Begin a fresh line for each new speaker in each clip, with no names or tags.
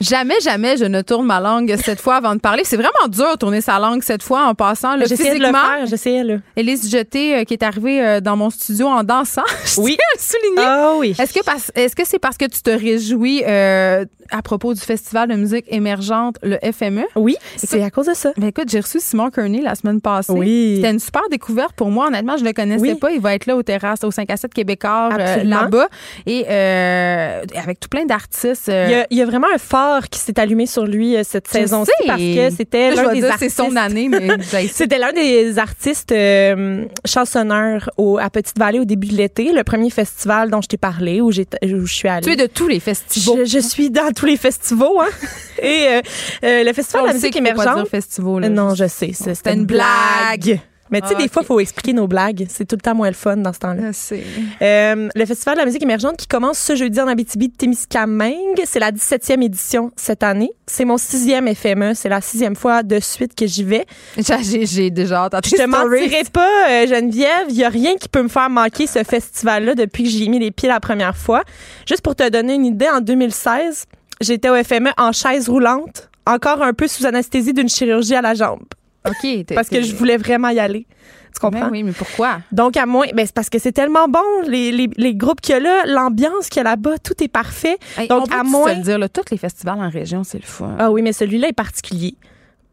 Jamais, jamais, je ne tourne ma langue cette fois avant de parler. C'est vraiment dur de tourner sa langue cette fois en passant. Là,
J'essayais de le
physiquement,
faire, j'essayais là.
Élise Jeté, euh, qui est arrivée euh, dans mon studio en dansant, je
Oui.
tiens à le souligner.
Ah oui.
Est-ce que parce- est-ce que c'est parce que tu te réjouis euh, à propos du festival de musique émergente, le FME?
Oui, c'est à cause de ça.
Ben écoute, j'ai reçu Simon Kearney la semaine passée.
Oui.
C'était une super découverte pour moi. Honnêtement, je le connaissais
Oui.
pas. Il va être là aux terrasses, au 5 à 7 Québécois, euh,
Absolument.
là-bas. Et euh, avec tout plein d'artistes. euh,
Il y, a, il y a vraiment un phare qui s'est allumé sur lui euh, cette
je
saison-ci
sais.
parce que c'était
Là, je
l'un
vais
des
dire,
artistes.
C'est son année, mais j'ai-
C'était l'un des artistes euh, chansonneurs au, à Petite-Vallée au début de l'été, le premier festival dont je t'ai parlé, où, j'étais- où je suis allée.
tu es de tous les festivals.
je, je suis dans tous les festivals. Hein? Et euh, euh, le festival
On
de la
le sait
musique
qu'il faut pas
émergente,
dire festival, là.
Non, je sais. c'est- C'était
une
une
blague.
blague. Mais tu sais,
Ah,
des fois,
ok.
il faut expliquer nos blagues. C'est tout le temps moins le fun dans ce
Je
temps-là.
sais.
Euh, le Festival de la musique émergente qui commence ce jeudi en Abitibi-Témiscamingue. C'est la 17e édition cette année. C'est mon sixième FME. C'est la sixième fois de suite que j'y vais.
J'ai- J'ai j'ai déjà entendu
Je te
cette story.
mentirai pas, euh, Geneviève. Il y a rien qui peut me faire manquer ce festival-là depuis que j'y ai mis les pieds la première fois. Juste pour te donner une idée, en 2016, j'étais au FME en chaise roulante, encore un peu sous anesthésie d'une chirurgie à la jambe,
OK. t'es-
parce que
t'es-
je voulais vraiment y aller. Tu comprends?
Ben oui, mais pourquoi?
Donc, à moins, ben, c'est parce que c'est tellement bon, les, les, les groupes qu'il y a là, l'ambiance qu'il y a là-bas, tout est parfait.
Hey, on
Donc,
peut
à
se
moins.
le dire, là, tous les festivals en région, c'est le fun.
Ah oui, mais celui-là est particulier.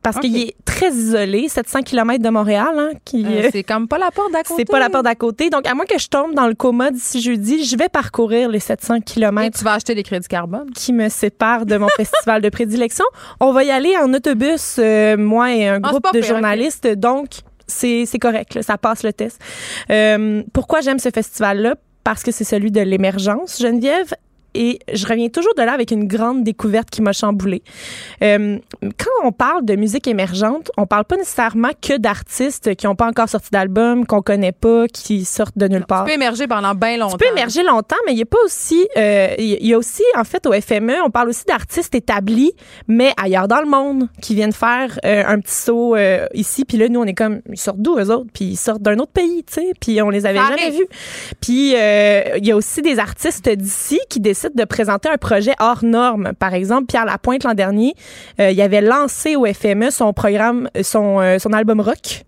Parce
Ok.
qu'il est très isolé, 700 km de Montréal, hein, qui.
Euh,
euh,
c'est comme pas la porte d'à côté.
c'est pas la porte d'à côté. Donc, à moins que je tombe dans le coma d'ici jeudi, je vais parcourir les 700
Et
km
tu vas acheter des crédits carbone.
qui me séparent de mon festival de prédilection. On va y aller en autobus, euh, moi et un
Ah,
groupe
c'est pas
de
pire, ok.
journalistes. Donc, c'est c'est correct, là, ça passe le test. Euh, pourquoi j'aime ce festival-là? Parce que c'est celui de l'émergence, Geneviève. Et je reviens toujours de là avec une grande découverte qui m'a chamboulée. Euh, quand on parle de musique émergente, on parle pas nécessairement que d'artistes qui n'ont pas encore sorti d'album, qu'on connaît pas, qui sortent de nulle part.
Tu peux émerger pendant bien longtemps.
Tu peux émerger longtemps, mais il n'y a pas aussi. euh, Il y a aussi, en fait, au FME, on parle aussi d'artistes établis, mais ailleurs dans le monde, qui viennent faire euh, un petit saut euh, ici. Puis là, nous, on est comme, ils sortent d'où, eux autres? Puis ils sortent d'un autre pays, tu sais. Puis on les avait
Ça
jamais
arrive.
vus. Puis euh, il y a aussi des artistes d'ici qui décident de présenter un projet hors norme. Par exemple, Pierre Lapointe, l'an dernier, euh, il avait lancé au FME son programme, son, euh, son album rock.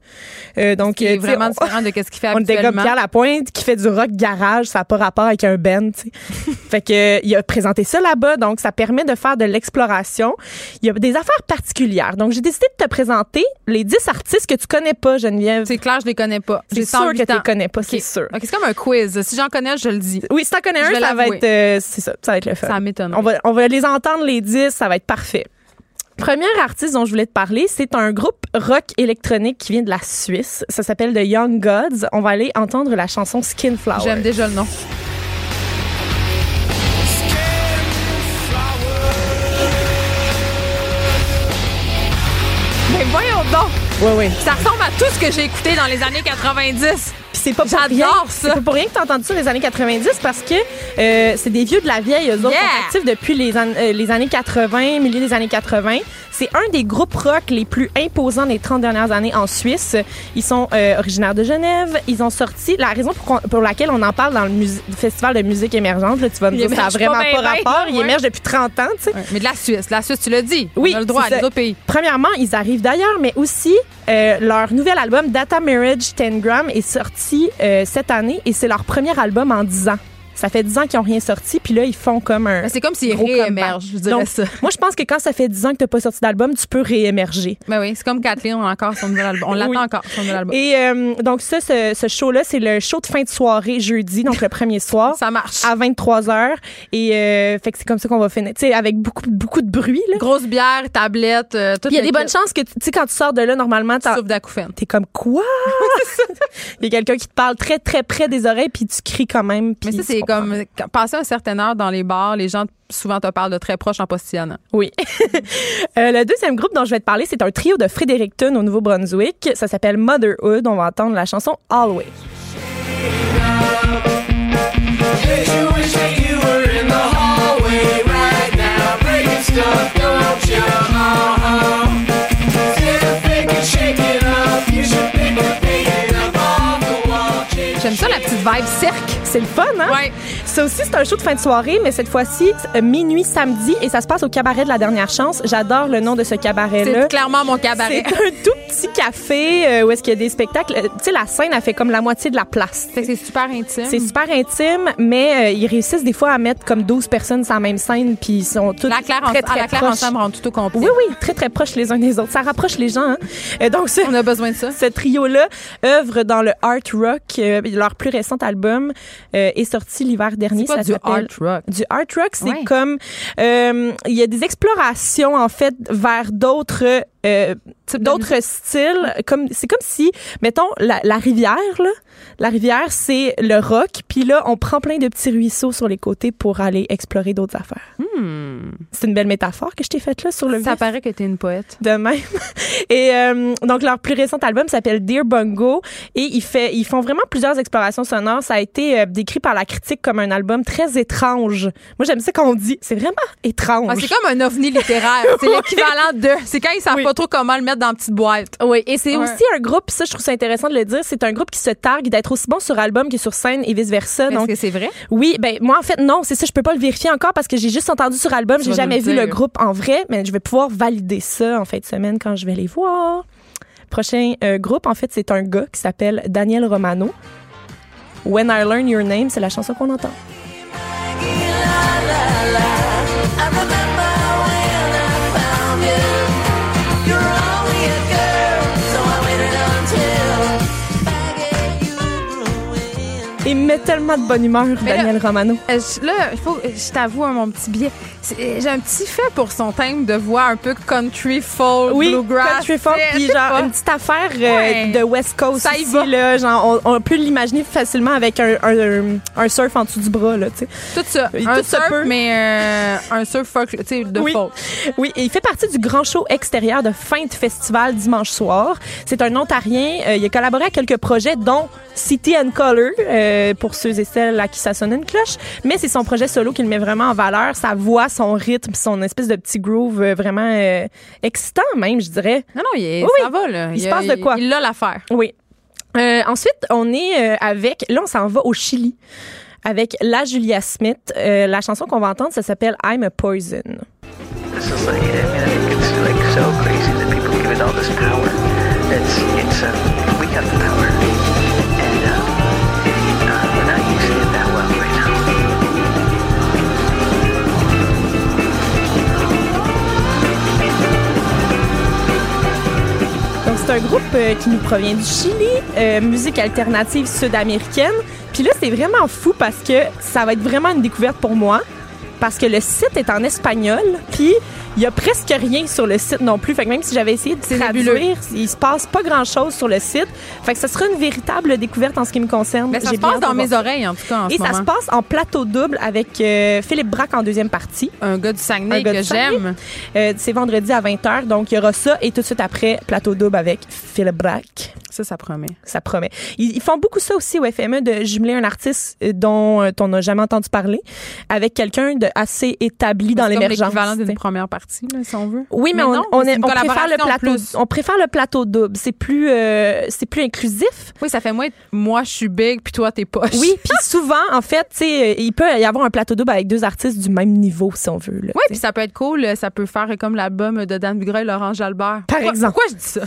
Euh, donc,
Qui
euh,
est
tu sais,
vraiment
on-
différent de ce qu'il fait
on était comme
habituellement.
Pierre Lapointe qui fait du rock garage, ça n'a pas rapport avec un band. tu sais. fait que euh, il a présenté ça là-bas, donc ça permet de faire de l'exploration. Il y a des affaires particulières. Donc j'ai décidé de te présenter les 10 artistes que tu connais pas, Geneviève.
C'est clair, je les connais pas.
C'est
J'ai
sûr
108
que tu les
ans.
connais pas,
Ok.
c'est sûr.
Ok, c'est comme un quiz. Si j'en connais, je le dis.
Oui, si t'en connais
Je
un,
vais
ça va
l'avouer.
être euh, c'est ça, ça va être le fun.
Ça m'étonne.
On va, on va les entendre les 10, ça va être parfait. Premier artiste dont je voulais te parler, c'est un groupe rock électronique qui vient de la Suisse. Ça s'appelle The Young Gods. On va aller entendre la chanson Skinflower.
J'aime déjà le nom. Mais voyons donc,
Oui, oui.
ça ressemble à tout ce que j'ai écouté dans les années 90.
Puis c'est pas pour
J'adore
rien.
ça.
C'est pas pour rien que t'as entendu ça dans les années 90 parce que euh, c'est des vieux de la vieille. Eux autres
Yeah.
sont actifs depuis les, an- euh, les années 80, milieu des années 80. C'est un des groupes rock les plus imposants des 30 dernières années en Suisse. Ils sont euh, originaires de Genève. Ils ont sorti... La raison pour, qu'on- pour laquelle on en parle dans le mus- festival de musique émergente, là, tu vas me
Ils
dire ça n'a
émergent pas
vraiment
ben,
pas
ben.
rapport. Ils
Ouais.
émergent depuis 30 ans, tu sais.
Mais de la Suisse, la Suisse, tu l'as dit.
Oui,
On a le droit à
c'est
des
ça.
autres pays.
Premièrement, ils arrivent d'ailleurs, mais aussi euh, leur nouvel album Data Marriage 10 Gram est sorti euh, cette année et c'est leur premier album en 10 ans. Ça fait 10 ans qu'ils n'ont rien sorti, puis là, ils font comme un.
Mais C'est comme s'ils
gros
réémergent, je dirais
Donc,
ça.
Moi, je pense que quand ça fait 10 ans que tu n'as pas sorti d'album, tu peux réémerger.
Mais oui, c'est comme Kathleen, on a encore son nouvel album. On l'attend
Oui.
encore, son nouvel album.
Et euh, donc, ça, ce, ce show-là, c'est le show de fin de soirée jeudi, donc le premier soir.
Ça marche.
à 23h et euh, fait que c'est comme ça qu'on va finir tu sais avec beaucoup beaucoup de bruit là
Grosse bière, tablette, euh, tout
Puis il y a
le
des
kit.
bonnes chances que tu tu sais quand tu sors de là normalement t'as-
Sauf d'acouphènes.
t'es comme quoi Il y a quelqu'un qui te parle très très près des oreilles puis tu cries quand même. puis
Mais ça,
tu
c'est
comprends.
comme quand- passer un certain heure dans les bars, les gens souvent te parlent de très proche en postillonnant.
oui. Euh, le deuxième groupe dont je vais te parler, c'est un trio de Fredericton au Nouveau-Brunswick. Ça s'appelle Motherhood. On va entendre la chanson Always.
vibe cirque.
C'est le fun, hein?
Ouais.
Ça aussi, c'est un show de fin de soirée, mais cette fois-ci, euh, minuit samedi, et ça se passe au cabaret de la dernière chance. J'adore le nom de ce cabaret-là.
C'est clairement mon cabaret.
C'est un tout petit café euh, où est-ce qu'il y a des spectacles. Euh, Tu sais, la scène, elle fait comme la moitié de la place.
Fait que C'est super intime.
C'est super intime, mais euh, ils réussissent des fois à mettre comme 12 personnes sur la même scène, puis ils sont tous
La Claire, en-
très, très
à la Claire
proches.
ensemble rend tout au complet.
Oui, oui, très, très proches les uns des autres. Ça rapproche les gens. hein. Euh, donc, ce,
On a besoin de ça.
ce trio-là œuvre dans le art rock. Euh, leur plus récent album euh, est sorti l'hiver dernier.
Pas
ça
du
s'appelle-
hard rock.
du art rock, c'est
Ouais.
comme euh, il y a des explorations en fait vers d'autres euh,
Type de
d'autres styles. Comme c'est comme si mettons la, la rivière là, la rivière c'est le rock, puis là on prend plein de petits ruisseaux sur les côtés pour aller explorer d'autres affaires. C'est une belle métaphore que je t'ai faite là sur le
Hmm. Ça
vif
paraît que t'es une poète.
de même. Et euh, donc leur plus récent album s'appelle Dear Bungo et il fait ils font vraiment plusieurs explorations sonores. Ça a été euh, décrit par la critique comme un album très étrange. Moi j'aime ça qu'on dit c'est vraiment étrange.
Ah, c'est comme un ovni littéraire. C'est l'équivalent de. C'est quand ils savent pas trop comment le mettre dans la petite boîte.
oui, et c'est
Ouais.
aussi un groupe, ça je trouve ça intéressant de le dire, c'est un groupe qui se targue d'être aussi bon sur album que sur scène et vice-versa.
Est-ce
Donc
que c'est vrai?
oui, ben moi en fait non, c'est ça, je peux pas le vérifier encore parce que j'ai juste entendu sur album,
Tu
j'ai
vas
jamais
nous le
vu le
dire.
groupe en vrai, mais je vais pouvoir valider ça en fin de semaine quand je vais les voir. Prochain euh, groupe en fait, c'est un gars qui s'appelle Daniel Romano. When I Learn Your Name, c'est la chanson qu'on entend. Il me met tellement de bonne humeur,
Mais là-
Daniel Romano.
Euh, je- Là, il faut, je t'avoue hein, mon petit biais. C'est- J'ai un petit fait pour son thème de voix un peu country, folk,
Oui,
bluegrass.
country folk,
C'est-
puis
je sais
genre
pas.
une petite affaire euh,
Ouais.
de West Coast
Ça y
ici,
va.
là, genre on, on peut l'imaginer facilement avec un, un, un surf en dessous du bras là, tu sais.
Tout ça.
Oui,
un
tout se
surf,
peut.
mais euh, un surf folk, tu sais, de
oui.
folk.
Oui, et il fait partie du grand show extérieur de fin de festival dimanche soir. C'est un Ontarien. euh, il a collaboré à quelques projets, dont City and Color, euh, pour ceux et celles à qui ça sonne une cloche. Mais c'est son projet solo qui le met vraiment en valeur. Sa voix, son rythme, son espèce de petit groove euh, vraiment euh, excitant même, je dirais.
Non, non, il est-
Oui,
ça va, là.
Il se
a-
passe de quoi?
Il a l'affaire.
Oui. Euh, ensuite, on est euh, avec... Là, on s'en va au Chili avec la Julia Smith. Euh, la chanson qu'on va entendre, ça s'appelle « I'm a Poison ».
the society that I mean, I think it's like so crazy that people give it all this power. It's it's uh, we have the power, and uh, it, uh, we're not using it that well right now.
Donc, c'est un groupe euh, qui nous provient du Chili, euh, musique alternative sud-américaine. Puis là, c'est vraiment fou parce que ça va être vraiment une découverte pour moi. Parce que le site est en espagnol, puis il y a presque rien sur le site non plus. Fait que même si j'avais essayé de
C'est
traduire, il se passe pas grand chose sur le site. Fait que ça sera une véritable découverte en ce qui me concerne.
Mais Ben, ça
J'ai
se
bien
passe
hâte de
dans mes
voir ça.
oreilles, en tout cas, en
Et
ce
ça se
moment.
passe en plateau double avec euh, Philippe Braque en deuxième partie.
Un gars du
Un
Saguenay
gars
que
de Saguenay.
j'aime.
Euh, c'est vendredi à 20h, donc il y aura ça. Et tout de suite après, plateau double avec Philippe Braque.
Ça, ça promet.
Ça promet. Ils, ils font beaucoup ça aussi au FME de jumeler un artiste euh, dont euh, on n'a jamais entendu parler avec quelqu'un de assez établi dans
C'est comme
l'émergence.
l'équivalent d'une
t'sais.
première partie, là, si on veut.
Oui, mais,
Mais
on,
non,
on
c'est
est-
une
on préfère le
collaboration en
plateau.
plus.
On préfère le plateau double. C'est plus, euh, c'est plus inclusif.
Oui, ça fait moins moi je suis big puis toi t'es poche.
Oui, puis souvent, en fait, tu sais, euh, il peut y avoir un plateau double avec deux artistes du même niveau, si on veut. là,
Oui,
t'sais.
puis ça peut être cool, ça peut faire comme l'album de Dan Bugreuil et Laurent Jalbert.
Par
Pourquoi-
exemple.
Pourquoi je dis ça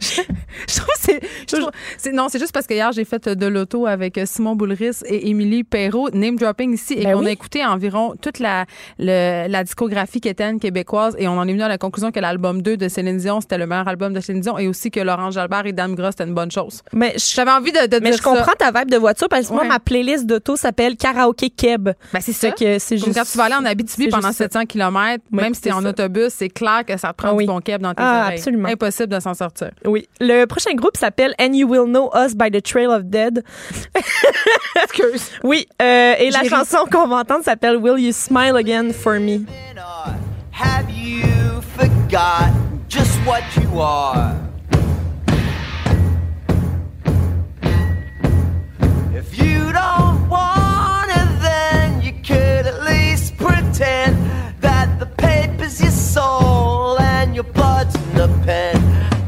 Je je trouve que c'est je trouve- c'est- non, c'est juste parce que hier j'ai fait euh, de l'auto avec Simon Boulris et Émilie Perrault, name dropping ici et
Ben
qu'on
oui.
a écouté environ toute la le- la discographie quétaine québécoise et on en est venu à la conclusion que l'album 2 de Céline Dion, c'était le meilleur album de Céline Dion et aussi que Laurent Jalbert et Dan Bugreuil, c'était une bonne chose.
mais je,
J'avais envie de, de
mais
dire
je comprends
ça.
ta vibe de voiture parce que moi,
Ouais.
ma playlist d'auto s'appelle Karaoke Keb.
Ben, c'est
Fait
ça.
que c'est
Comme
juste.
quand tu vas aller en Abitibi
c'est
pendant
juste ça.
700 km,
Oui,
même si t'es
c'est
en
ça.
autobus, c'est clair que ça te prend
Ah oui.
du bon câble dans tes
Ah,
oreilles.
absolument.
Impossible de s'en sortir.
Oui. Le prochain groupe s'appelle And You Will Know Us by the Trail of Dead.
Excuse.
Oui, euh, et la
J'ai ri.
chanson qu'on va entendre s'appelle Will You Smile Again for Me.
Or Have you forgot just what you are? If you don't want it, then you could at least pretend that the paper's your soul and your blood's in the pen.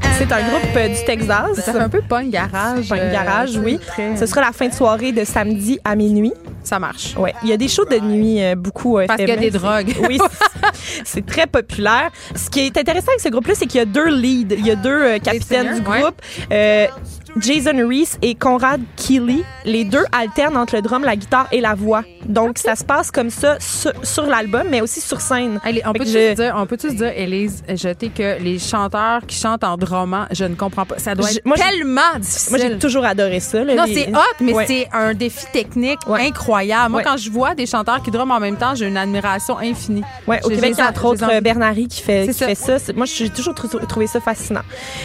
And
C'est un groupe euh, du Texas.
Ça fait un peu punk garage.
Punk
euh,
garage, oui.
très-
Ce sera la fin de soirée de samedi à minuit.
Ça marche.
Ouais, il y a des shows de nuit euh, beaucoup. euh,
Parce qu'il y a
féminins.
des drogues.
Oui, c'est- c'est très populaire. Ce qui est intéressant avec ce groupe-là, c'est qu'il y a deux leads, il y a deux euh, capitaines du
singers, ouais.
groupe, euh, Jason Reese et Conrad Keeley. Les deux alternent entre le drum, la guitare et la voix. Donc ça se passe comme ça sur, sur l'album, mais aussi sur scène.
Allez, on
Fait
peut,
que
tu
je-
dire, on peut se dire, Élise, je t'ai que les chanteurs qui chantent en drummant, je ne comprends pas. Ça doit
Je-
être
moi, j'ai-
tellement
Moi, j'ai
difficile.
toujours adoré ça. là,
non,
les-
c'est hot, mais
Ouais.
c'est un défi technique
Ouais.
incroyable. Moi,
Ouais.
quand je vois des chanteurs qui drumment en même temps, j'ai une admiration infinie.
Ouais, au
J'ai-
Québec,
j'ai-
c'est entre
j'ai-
autres
j'ai-
euh, Bernary qui fait,
C'est
qui
ça.
fait ça. C'est- Moi, j'ai toujours trou- trouvé ça fascinant.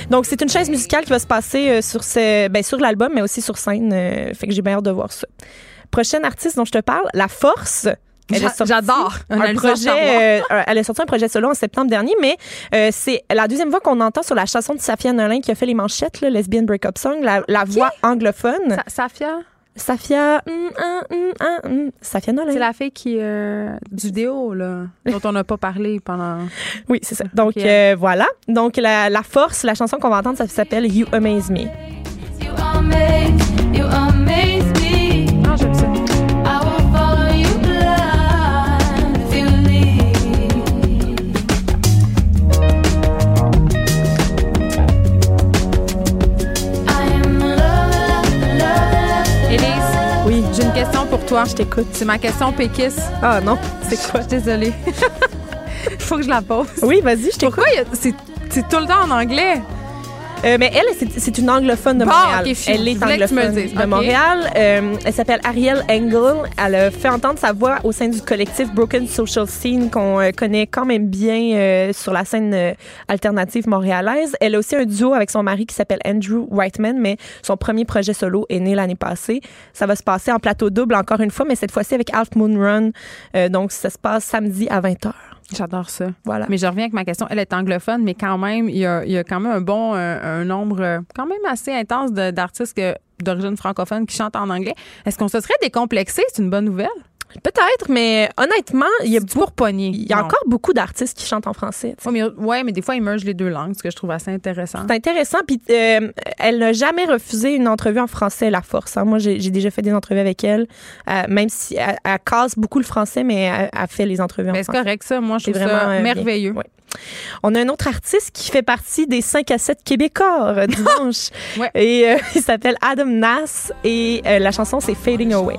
Donc, c'est une chaise musicale qui va se passer euh, sur, ce, ben, sur l'album, mais aussi sur scène. euh, fait que j'ai bien hâte de voir ça. Prochaine artiste dont je te parle, La Force. Elle a
J'a-
sorti
j'adore. Un
un
album
projet.
Star Wars.
euh, euh, elle a sorti un projet solo en septembre dernier, mais euh, c'est la deuxième voix qu'on entend sur la chanson de Safia Nolin qui a fait les manchettes, là, Lesbian Breakup Song, la, la voix anglophone.
Sa- Safia,
Safia, hum, hum, hum, hum, hum. Safia Nolin.
c'est la fille qui euh, du déo là, dont on n'a pas parlé pendant.
Oui, c'est ça. Donc
Ok.
euh, voilà. Donc la, la force, la chanson qu'on va entendre, ça s'appelle You Amaze Me.
You amaze, you amaze me.
Ah, j'aime ça.
I will follow you blind if you leave. I am love, love,
Élise,
Oui.
j'ai une question pour toi. Je
t'écoute.
C'est ma question péquiste.
Ah non,
Je
c'est
suis
quoi
Désolée. Faut que je la pose.
Oui, vas-y, je t'écoute.
Pourquoi il y a- c'est c'est tout le temps en anglais?
Euh, mais elle, c'est- c'est une anglophone de
Bon,
Montréal.
ok, phew,
elle
je voulais
est
que tu me le
anglophone
dises.
de
Ok.
Montréal. Euh, elle s'appelle Ariel Engel. Elle a fait entendre sa voix au sein du collectif Broken Social Scene qu'on euh, connaît quand même bien euh, sur la scène euh, alternative montréalaise. Elle a aussi un duo avec son mari qui s'appelle Andrew Whiteman, mais son premier projet solo est né l'année passée. Ça va se passer en plateau double encore une fois, mais cette fois-ci avec Half Moon Run. Euh, donc, ça se passe samedi à 20h.
J'adore ça.
Voilà.
Mais je reviens avec ma question. Elle est anglophone, mais quand même, il y a, il y a quand même un bon, un, un nombre euh, quand même assez intense de- d'artistes que- d'origine francophone qui chantent en anglais. Est-ce qu'on se serait décomplexé? C'est une bonne nouvelle.
Peut-être, mais honnêtement, il y a,
C'est pour pogner.
il y a encore beaucoup d'artistes qui chantent en français. tu sais.
Oui, mais, ouais, mais des fois, ils mergent les deux langues, ce que je trouve assez intéressant.
C'est intéressant. Puis euh, elle n'a jamais refusé une entrevue en français, la force. hein. Moi, j'ai j'ai déjà fait des entrevues avec elle, euh, même si elle, elle casse beaucoup le français, mais elle, elle fait les entrevues
Mais
en
c'est
français.
correct, ça. Moi, je
C'est
trouve ça
vraiment, euh, bien.
merveilleux.
Ouais. On a un autre artiste qui fait partie des 5 à 7 québécois euh, dimanche.
Ouais.
Et euh, il s'appelle Adam Nass et euh, la chanson c'est Fading Away.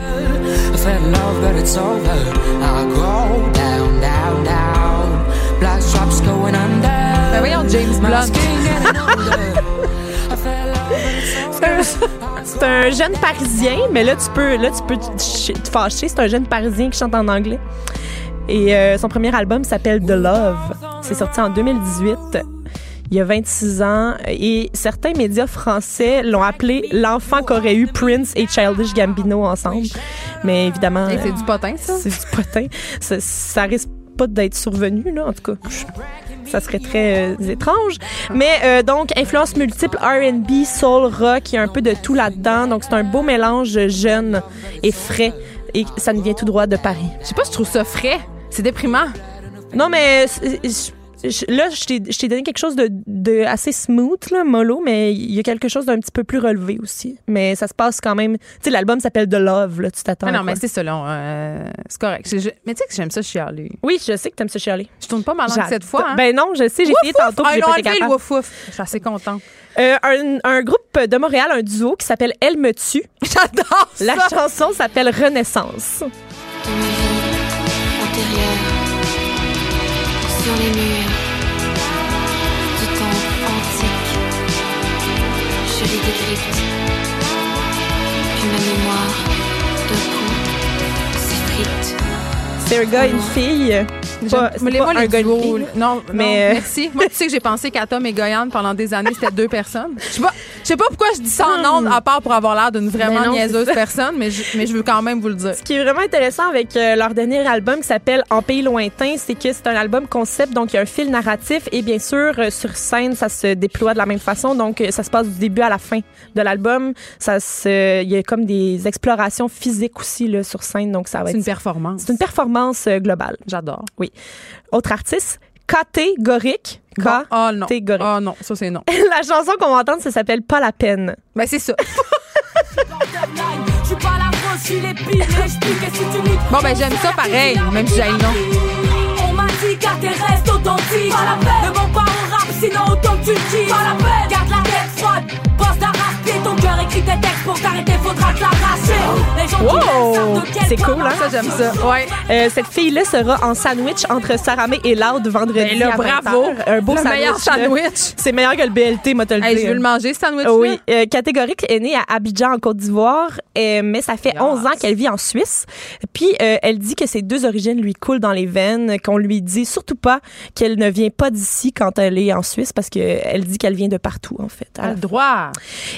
I fell in love, but it's over. I go down, down, down. Black stripes going under.
Ben voyons, James
My
Blunt.
skin getting older. I fell in love, but it's
C'est un-
over.
C'est un jeune parisien, mais là tu peux là tu peux te ch- te fâcher, c'est un jeune parisien qui chante en anglais. Et euh, son premier album s'appelle The Love. C'est sorti en 2018. Il y a 26 ans et certains médias français l'ont appelé l'enfant qu'aurait eu Prince et Childish Gambino ensemble. Mais évidemment,
Hey, Eh, C'est
euh,
du potin, ça.
c'est du potin. Ça, ça risque pas d'être survenu, là, en tout cas. Je- Ça serait très euh, étrange. Mais euh, donc, influence multiple, RB, soul, rock, il y a un peu de tout là-dedans. Donc, c'est un beau mélange jeune et frais. Et ça nous vient tout droit de Paris.
Je sais pas, je trouve ça frais. C'est
Ah,
déprimant.
Non, mais euh, c'est- je- je- là, je t'ai- je t'ai donné quelque chose de, de assez smooth, là, mollo, mais il y a quelque chose d'un petit peu plus relevé aussi. Mais ça se passe quand même. Tu sais, l'album s'appelle The Love, là, tu t'attends.
Ah
à
non,
quoi.
mais c'est selon. euh, c'est correct. C'est- je- mais tu sais que j'aime ça chialer.
Oui, je sais que t'aimes ce chialer.
Je tourne pas ma langue
J'adore.
cette fois. Hein.
Ben non, je sais, j'ai essayé tantôt, puis
Ah,
j'ai
ils
pas
l'ont
été
enlevé, le
capable.
wouf wouf. Je suis assez contente.
Euh, un, un groupe de Montréal, un duo qui s'appelle Elle me tue.
J'adore
La chanson s'appelle Renaissance.
Une vie antérieure sur les murs du temps antique. Je les décrypte, puis ma mémoire de coup s'effrite.
C'est un gars et une fille. C'est Pas, c'est
Mais
pas
moi,
un
les
gars et une
duos,
fille.
là. Non, mais
Mais, euh,
merci. Moi, tu sais que j'ai pensé qu'à Tom et Goyane, pendant des années, c'était deux personnes. Je sais pas, je sais pas pourquoi je dis ça en ondes, à part pour avoir l'air d'une vraiment
Ben Hmm. non, c'est
niaiseuse personne, mais je, mais je veux quand même vous le dire.
Ce qui est vraiment intéressant avec euh, leur dernier album qui s'appelle En pays lointain, c'est que c'est un album concept, donc il y a un fil narratif et bien sûr euh, sur scène ça se déploie de la même façon, donc euh, ça se passe du début à la fin de l'album. Ça se, il y a comme des explorations physiques aussi là, sur scène, donc ça va
C'est
être.
une performance.
C'est une performance euh, globale.
J'adore.
Autre artiste, Katé Goric, K.
Oh non.
Catégorique.
Oh non, ça c'est non.
La chanson qu'on va entendre, ça s'appelle Pas la peine.
Ben c'est ça.
Je suis pas la France, je suis les pires, mais je pique et si tu niques,
Bon, ben, j'aime ça pareil, même si j'ai le nom.
On m'a dit car tes restes authentiques. Pas la peine. Ne vends pas au rap, sinon autant que tu le dis. Pas la peine. Garde la tête froide, pense d'arracher ton cœur, écrit tes textes pour t'arrêter, faudra te l'arracher. Les gens qui
Wow.
aiment savent de quel
C'est
point
cool, hein?
Ça, j'aime ça. Ouais.
Euh, cette fille-là sera en sandwich entre Saramé et Loud vendredi.
Ben là,
à 20
bravo.
heures. Un beau
Le
sandwich.
meilleur
là.
sandwich.
C'est meilleur que le BLT, moi, te le
Hey,
dire.
je veux le manger, ce sandwich
Oui, euh, catégorique est née à Abidjan en Côte d'Ivoire, euh, mais ça fait 11 ans qu'elle vit en Suisse. Puis euh, elle dit que ses deux origines lui coulent dans les veines, qu'on lui dit surtout pas qu'elle ne vient pas d'ici quand elle est en Suisse parce que euh, elle dit qu'elle vient de partout en fait.
Ah,
à la
droit.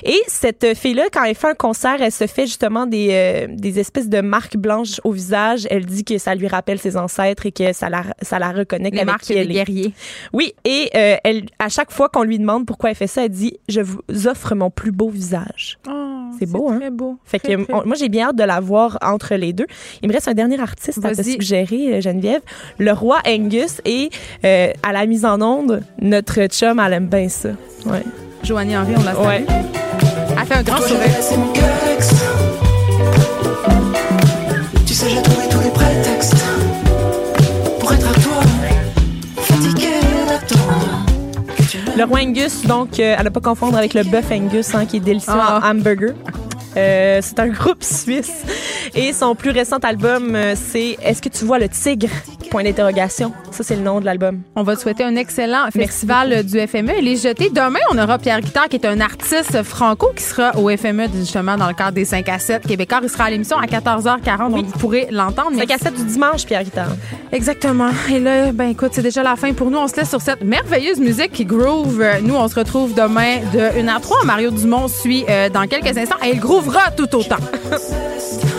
et cette euh, fille-là, quand elle fait un concert, elle se fait justement des, euh, des espèces de marques blanches au visage. Elle dit que ça lui rappelle ses ancêtres et que ça la, ça la reconnecte
Les
avec
marques
qui
des
elle est.
guerriers.
Oui, et euh, elle, à chaque fois qu'on lui demande pourquoi elle fait ça, elle dit « Je vous offre mon plus beau visage C'est beau, hein?
Ah, Très beau.
Fait que
Très, très
on- moi, j'ai bien hâte de la voir entre les deux. Il me reste un dernier artiste à te
Vas-y.
suggérer, euh, Geneviève. Le roi Angus et euh, à la mise en onde, notre chum, elle aime bien ça. Ouais.
beau. Joanie Henry, on l'a salue.
Ouais.
Elle fait un grand sourire.
Tu sais, j'ai trouvé tous les prétextes pour être à toi. Fatigué d'attendre.
Le roi Angus, donc, euh, à ne pas confondre avec le bœuf Angus, hein, qui est délicieux
Ah.
en hamburger. Euh, c'est un groupe suisse. Et son plus récent album, euh, c'est Est-ce que tu vois le tigre? Point d'interrogation. Ça, c'est le nom de l'album.
On va te souhaiter un excellent festival du E. FME et les jeter. Demain, on aura Pierre Guitard, qui est un artiste franco, qui sera au FME, justement, dans le cadre des 5 à 7 québécois. Il sera à l'émission à 14h40, donc vous pourrez l'entendre. Mais-
La cassette du dimanche, Pierre Guitard.
Exactement. Et là, ben écoute, c'est déjà la fin pour nous. On se laisse sur cette merveilleuse musique qui groove. Euh, Nous, on se retrouve demain de 1 à 3. Mario Dumont suit euh, dans quelques instants et il groovera tout autant.
Célestin,